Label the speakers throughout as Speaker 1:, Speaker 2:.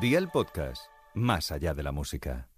Speaker 1: Día el podcast, más allá de la música.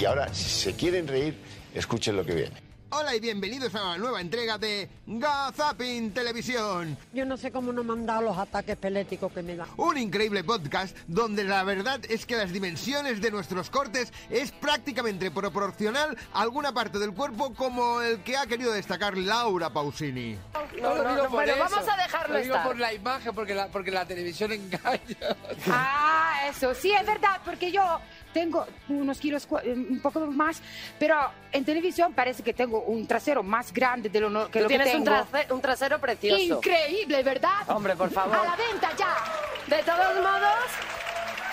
Speaker 2: Y ahora, si se quieren reír, escuchen lo que viene.
Speaker 3: Hola y bienvenidos a la nueva entrega de Gazapin Televisión,
Speaker 4: Yo no sé cómo no me han dado los ataques peléticos que me dan.
Speaker 3: un increíble podcast donde la verdad es que las dimensiones de nuestros cortes es prácticamente proporcional a alguna parte del cuerpo como el que ha querido destacar Laura Pausini.
Speaker 5: No, lo digo por eso.
Speaker 6: pero vamos a dejarlo
Speaker 5: Lo digo
Speaker 6: estar.
Speaker 5: por la imagen, porque la, porque la televisión engaña.
Speaker 6: Ah, eso, sí, es verdad, porque yo tengo unos kilos cua- eh, un poco más, pero en televisión parece que tengo un trasero más grande de lo no- que
Speaker 7: Tú
Speaker 6: lo que
Speaker 7: tienes
Speaker 6: tengo.
Speaker 7: un, trace- un trasero precioso.
Speaker 6: Increíble, ¿verdad?
Speaker 7: Hombre, por favor.
Speaker 6: A la venta ya.
Speaker 7: De todos modos,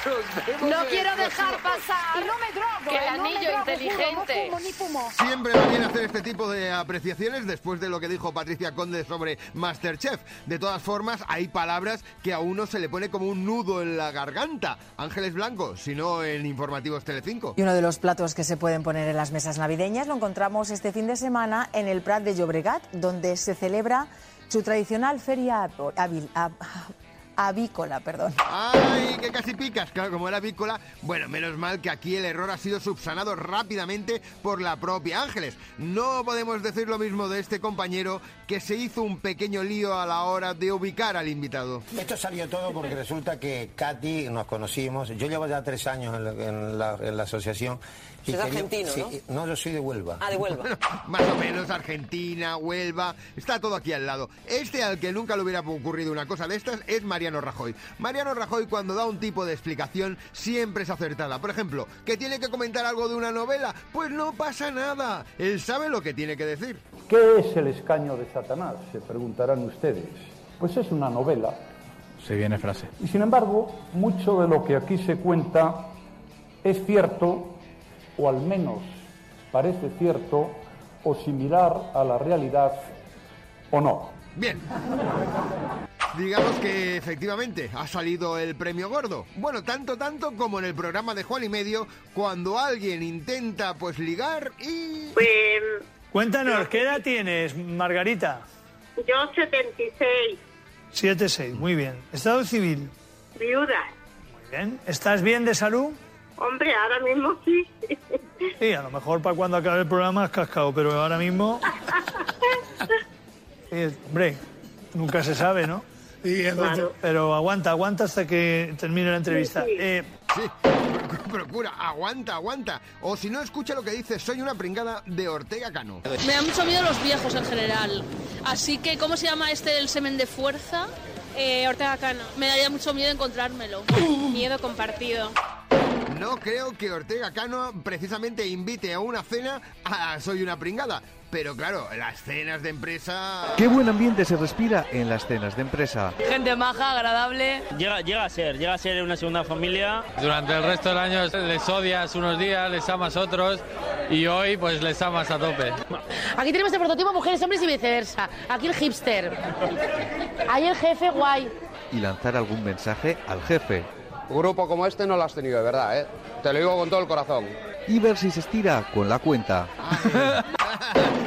Speaker 5: Nos vemos
Speaker 7: no
Speaker 5: en
Speaker 7: quiero
Speaker 5: el
Speaker 7: dejar
Speaker 5: próximo-
Speaker 7: pasar
Speaker 6: Y no me drogo.
Speaker 7: que el
Speaker 6: eh, no me
Speaker 7: anillo
Speaker 6: drogo,
Speaker 7: inteligente.
Speaker 6: juro, no fumo, ni fumo.
Speaker 3: Siempre va bien hacer este tipo de apreciaciones después de lo que dijo Patricia Conde sobre Masterchef. De todas formas, hay palabras que a uno se le pone como un nudo en la garganta. Ángeles Blanco, si no en Informativos Telecinco.
Speaker 8: Y uno de los platos que se pueden poner en las mesas navideñas lo encontramos este fin de semana en el Prat de Llobregat, donde se celebra su tradicional feria avo- avil- av- avícola. Perdón.
Speaker 3: ¡Ay, que casi picas! Claro, como era avícola, bueno, menos mal que aquí el error ha sido subsanado rápidamente por la propia Ángeles. No podemos decir lo mismo de este compañero que se hizo un pequeño lío a la hora de ubicar al invitado.
Speaker 9: Esto salió todo porque resulta que Katy nos conocimos. Yo llevo ya tres años en la, en la- en la asociación. y
Speaker 7: Usted es argentino,
Speaker 9: ¿no? yo soy de Huelva.
Speaker 7: a de Huelva.
Speaker 3: Más o menos Argentina, Huelva, está todo aquí al lado. Este al que nunca le hubiera ocurrido una cosa de estas es Mariano Rajoy. Mariano Rajoy cuando da un tipo de explicación siempre es acertada. Por ejemplo, que tiene que comentar algo de una novela, pues no pasa nada. Él sabe lo que tiene que decir.
Speaker 10: ¿Qué es el escaño de Satanás? Se preguntarán ustedes. Pues es una novela. Se viene frase. Y sin embargo, mucho de lo que aquí se cuenta es cierto, o al menos parece cierto, o similar a la realidad, o no.
Speaker 3: Bien. Digamos que efectivamente ha salido el premio gordo. Bueno, tanto tanto como en el programa de Juan y Medio, cuando alguien intenta pues ligar y...
Speaker 11: Cuéntanos, ¿qué edad tienes, Margarita?
Speaker 12: Yo 76,
Speaker 11: 7-6, muy bien. ¿Estado civil?
Speaker 12: viuda.
Speaker 11: Muy bien. ¿Estás bien de salud?
Speaker 12: Hombre, ahora mismo sí.
Speaker 11: Sí, a lo mejor para cuando acabe el programa has cascado, pero ahora mismo... Eh, hombre, nunca se sabe, ¿no?
Speaker 12: Claro.
Speaker 11: Pero aguanta, aguanta hasta que termine la entrevista.
Speaker 12: Sí, sí.
Speaker 11: Eh,
Speaker 3: Sí, procu- procura, aguanta, aguanta. O si no, escucha lo que dice Soy una pringada de Ortega Cano.
Speaker 13: Me dan mucho miedo los viejos en general. Así que, ¿cómo se llama este el semen de fuerza? Eh, Ortega Cano. Me daría mucho miedo encontrármelo. miedo compartido.
Speaker 3: No creo que Ortega Cano precisamente invite a una cena a Soy una pringada. Pero claro, las cenas de empresa...
Speaker 1: Qué buen ambiente se respira en las cenas de empresa.
Speaker 7: Gente maja, agradable.
Speaker 13: Llega, llega a ser, llega a ser una segunda familia.
Speaker 5: Durante el resto del año les odias unos días, les amas otros y hoy pues les amas a tope.
Speaker 6: Aquí tenemos el prototipo mujeres, hombres y viceversa. Aquí el hipster. Ahí el jefe guay.
Speaker 1: Y lanzar algún mensaje al jefe.
Speaker 9: Grupo como este no lo has tenido, de verdad, ¿eh? Te lo digo con todo el corazón.
Speaker 1: Y ver si se estira con la cuenta.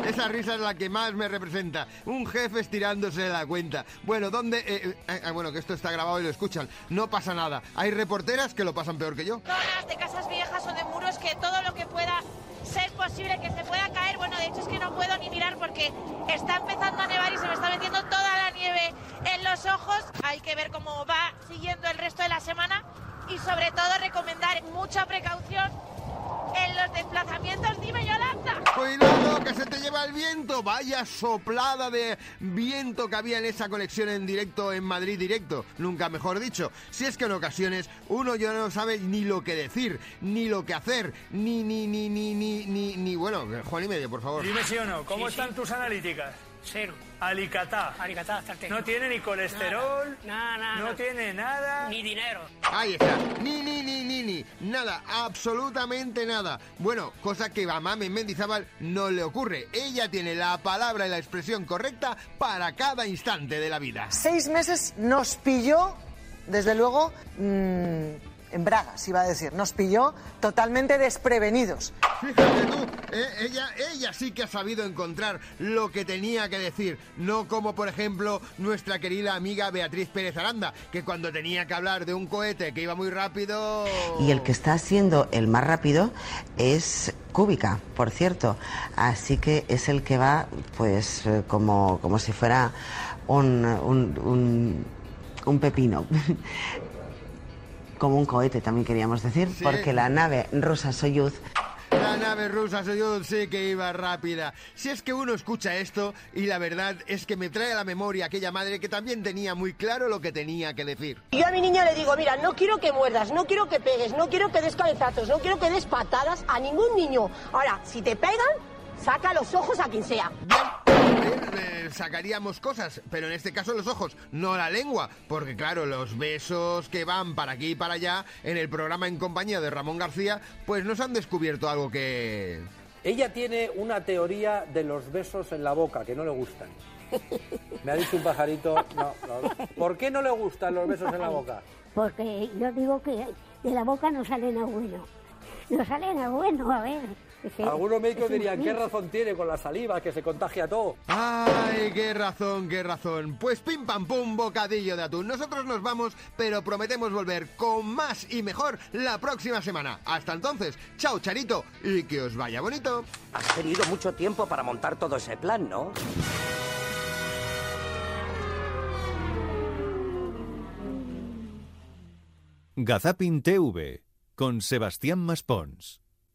Speaker 3: Esa risa es la que más me representa. Un jefe estirándose de la cuenta. Bueno, ¿dónde...? eh, eh, ah, bueno, que esto está grabado y lo escuchan. No pasa nada. Hay reporteras que lo pasan peor que yo.
Speaker 13: Zonas de casas viejas o de muros que todo lo que pueda ser posible que se pueda caer. Bueno, de hecho es que no puedo ni mirar porque está empezando a nevar y se me está metiendo toda la nieve en los ojos. Hay que ver cómo va siguiendo el resto de la semana y sobre todo recomendar mucha precaución en los desplazamientos. Dime, Yolanda.
Speaker 3: Cuidado, que se te lleva el viento. Vaya soplada de viento que había en esa conexión en directo en Madrid directo. Nunca mejor dicho. Si es que en ocasiones uno ya no sabe ni lo que decir, ni lo que hacer, ni, ni, ni, ni, ni, ni, ni. Bueno, Juan y medio, por favor.
Speaker 11: Dime sí o no, ¿cómo están tus analíticas? Cero. Alicatá. Alicatá, No tiene ni colesterol, no tiene nada.
Speaker 3: Ahí está. Ni, ni, ni, ni, ni. Nada, absolutamente nada. Bueno, cosa que a Mamen Mendizábal no le ocurre. Ella tiene la palabra y la expresión correcta para cada instante de la vida.
Speaker 8: Seis meses nos pilló, desde luego, mm, en bragas, iba a decir. Nos pilló totalmente desprevenidos.
Speaker 3: Fíjate tú, Eh, ella, ella sí que ha sabido encontrar lo que tenía que decir, no como por ejemplo nuestra querida amiga Beatriz Pérez Aranda, que cuando tenía que hablar de un cohete que iba muy rápido...
Speaker 14: Y el que está siendo el más rápido es Cúbica, por cierto. Así que es el que va, pues, eh, como, como si fuera un, un, un- un pepino. como un cohete, también queríamos decir,
Speaker 3: Sí.
Speaker 14: porque la nave rusa Soyuz
Speaker 3: La nave rusa Soyuz sí que iba rápida. Si es que uno escucha esto y la verdad es que me trae a la memoria aquella madre que también tenía muy claro lo que tenía que decir.
Speaker 15: Y yo a mi niña le digo, mira, no quiero que muerdas, no quiero que pegues, no quiero que des cabezazos, no quiero que des patadas a ningún niño. Ahora, si te pegan, saca los ojos a quien sea.
Speaker 3: Eh, sacaríamos cosas, pero en este caso los ojos, no la lengua, porque claro, los besos que van para aquí y para allá en el programa en compañía de Ramón García, pues nos han descubierto algo que...
Speaker 16: Ella tiene una teoría de los besos en la boca que no le gustan. Me ha dicho un pajarito. no, no. ¿Por qué no le gustan los besos en la boca?
Speaker 17: Porque yo digo que de la boca no sale nada bueno. No sale nada bueno, a ver. es que-
Speaker 16: Algunos médicos
Speaker 17: es un
Speaker 16: dirían, ¿qué
Speaker 17: mito".
Speaker 16: razón tiene con la saliva que se contagia todo?
Speaker 3: ¡Ay, qué razón, qué razón! Pues pim pam pum, bocadillo de atún. Nosotros nos vamos, pero prometemos volver con más y mejor la próxima semana. Hasta entonces, chao Charito y que os vaya bonito.
Speaker 18: Has tenido mucho tiempo para montar todo ese plan, ¿no?
Speaker 1: Gazapin TV con Sebastián Maspons.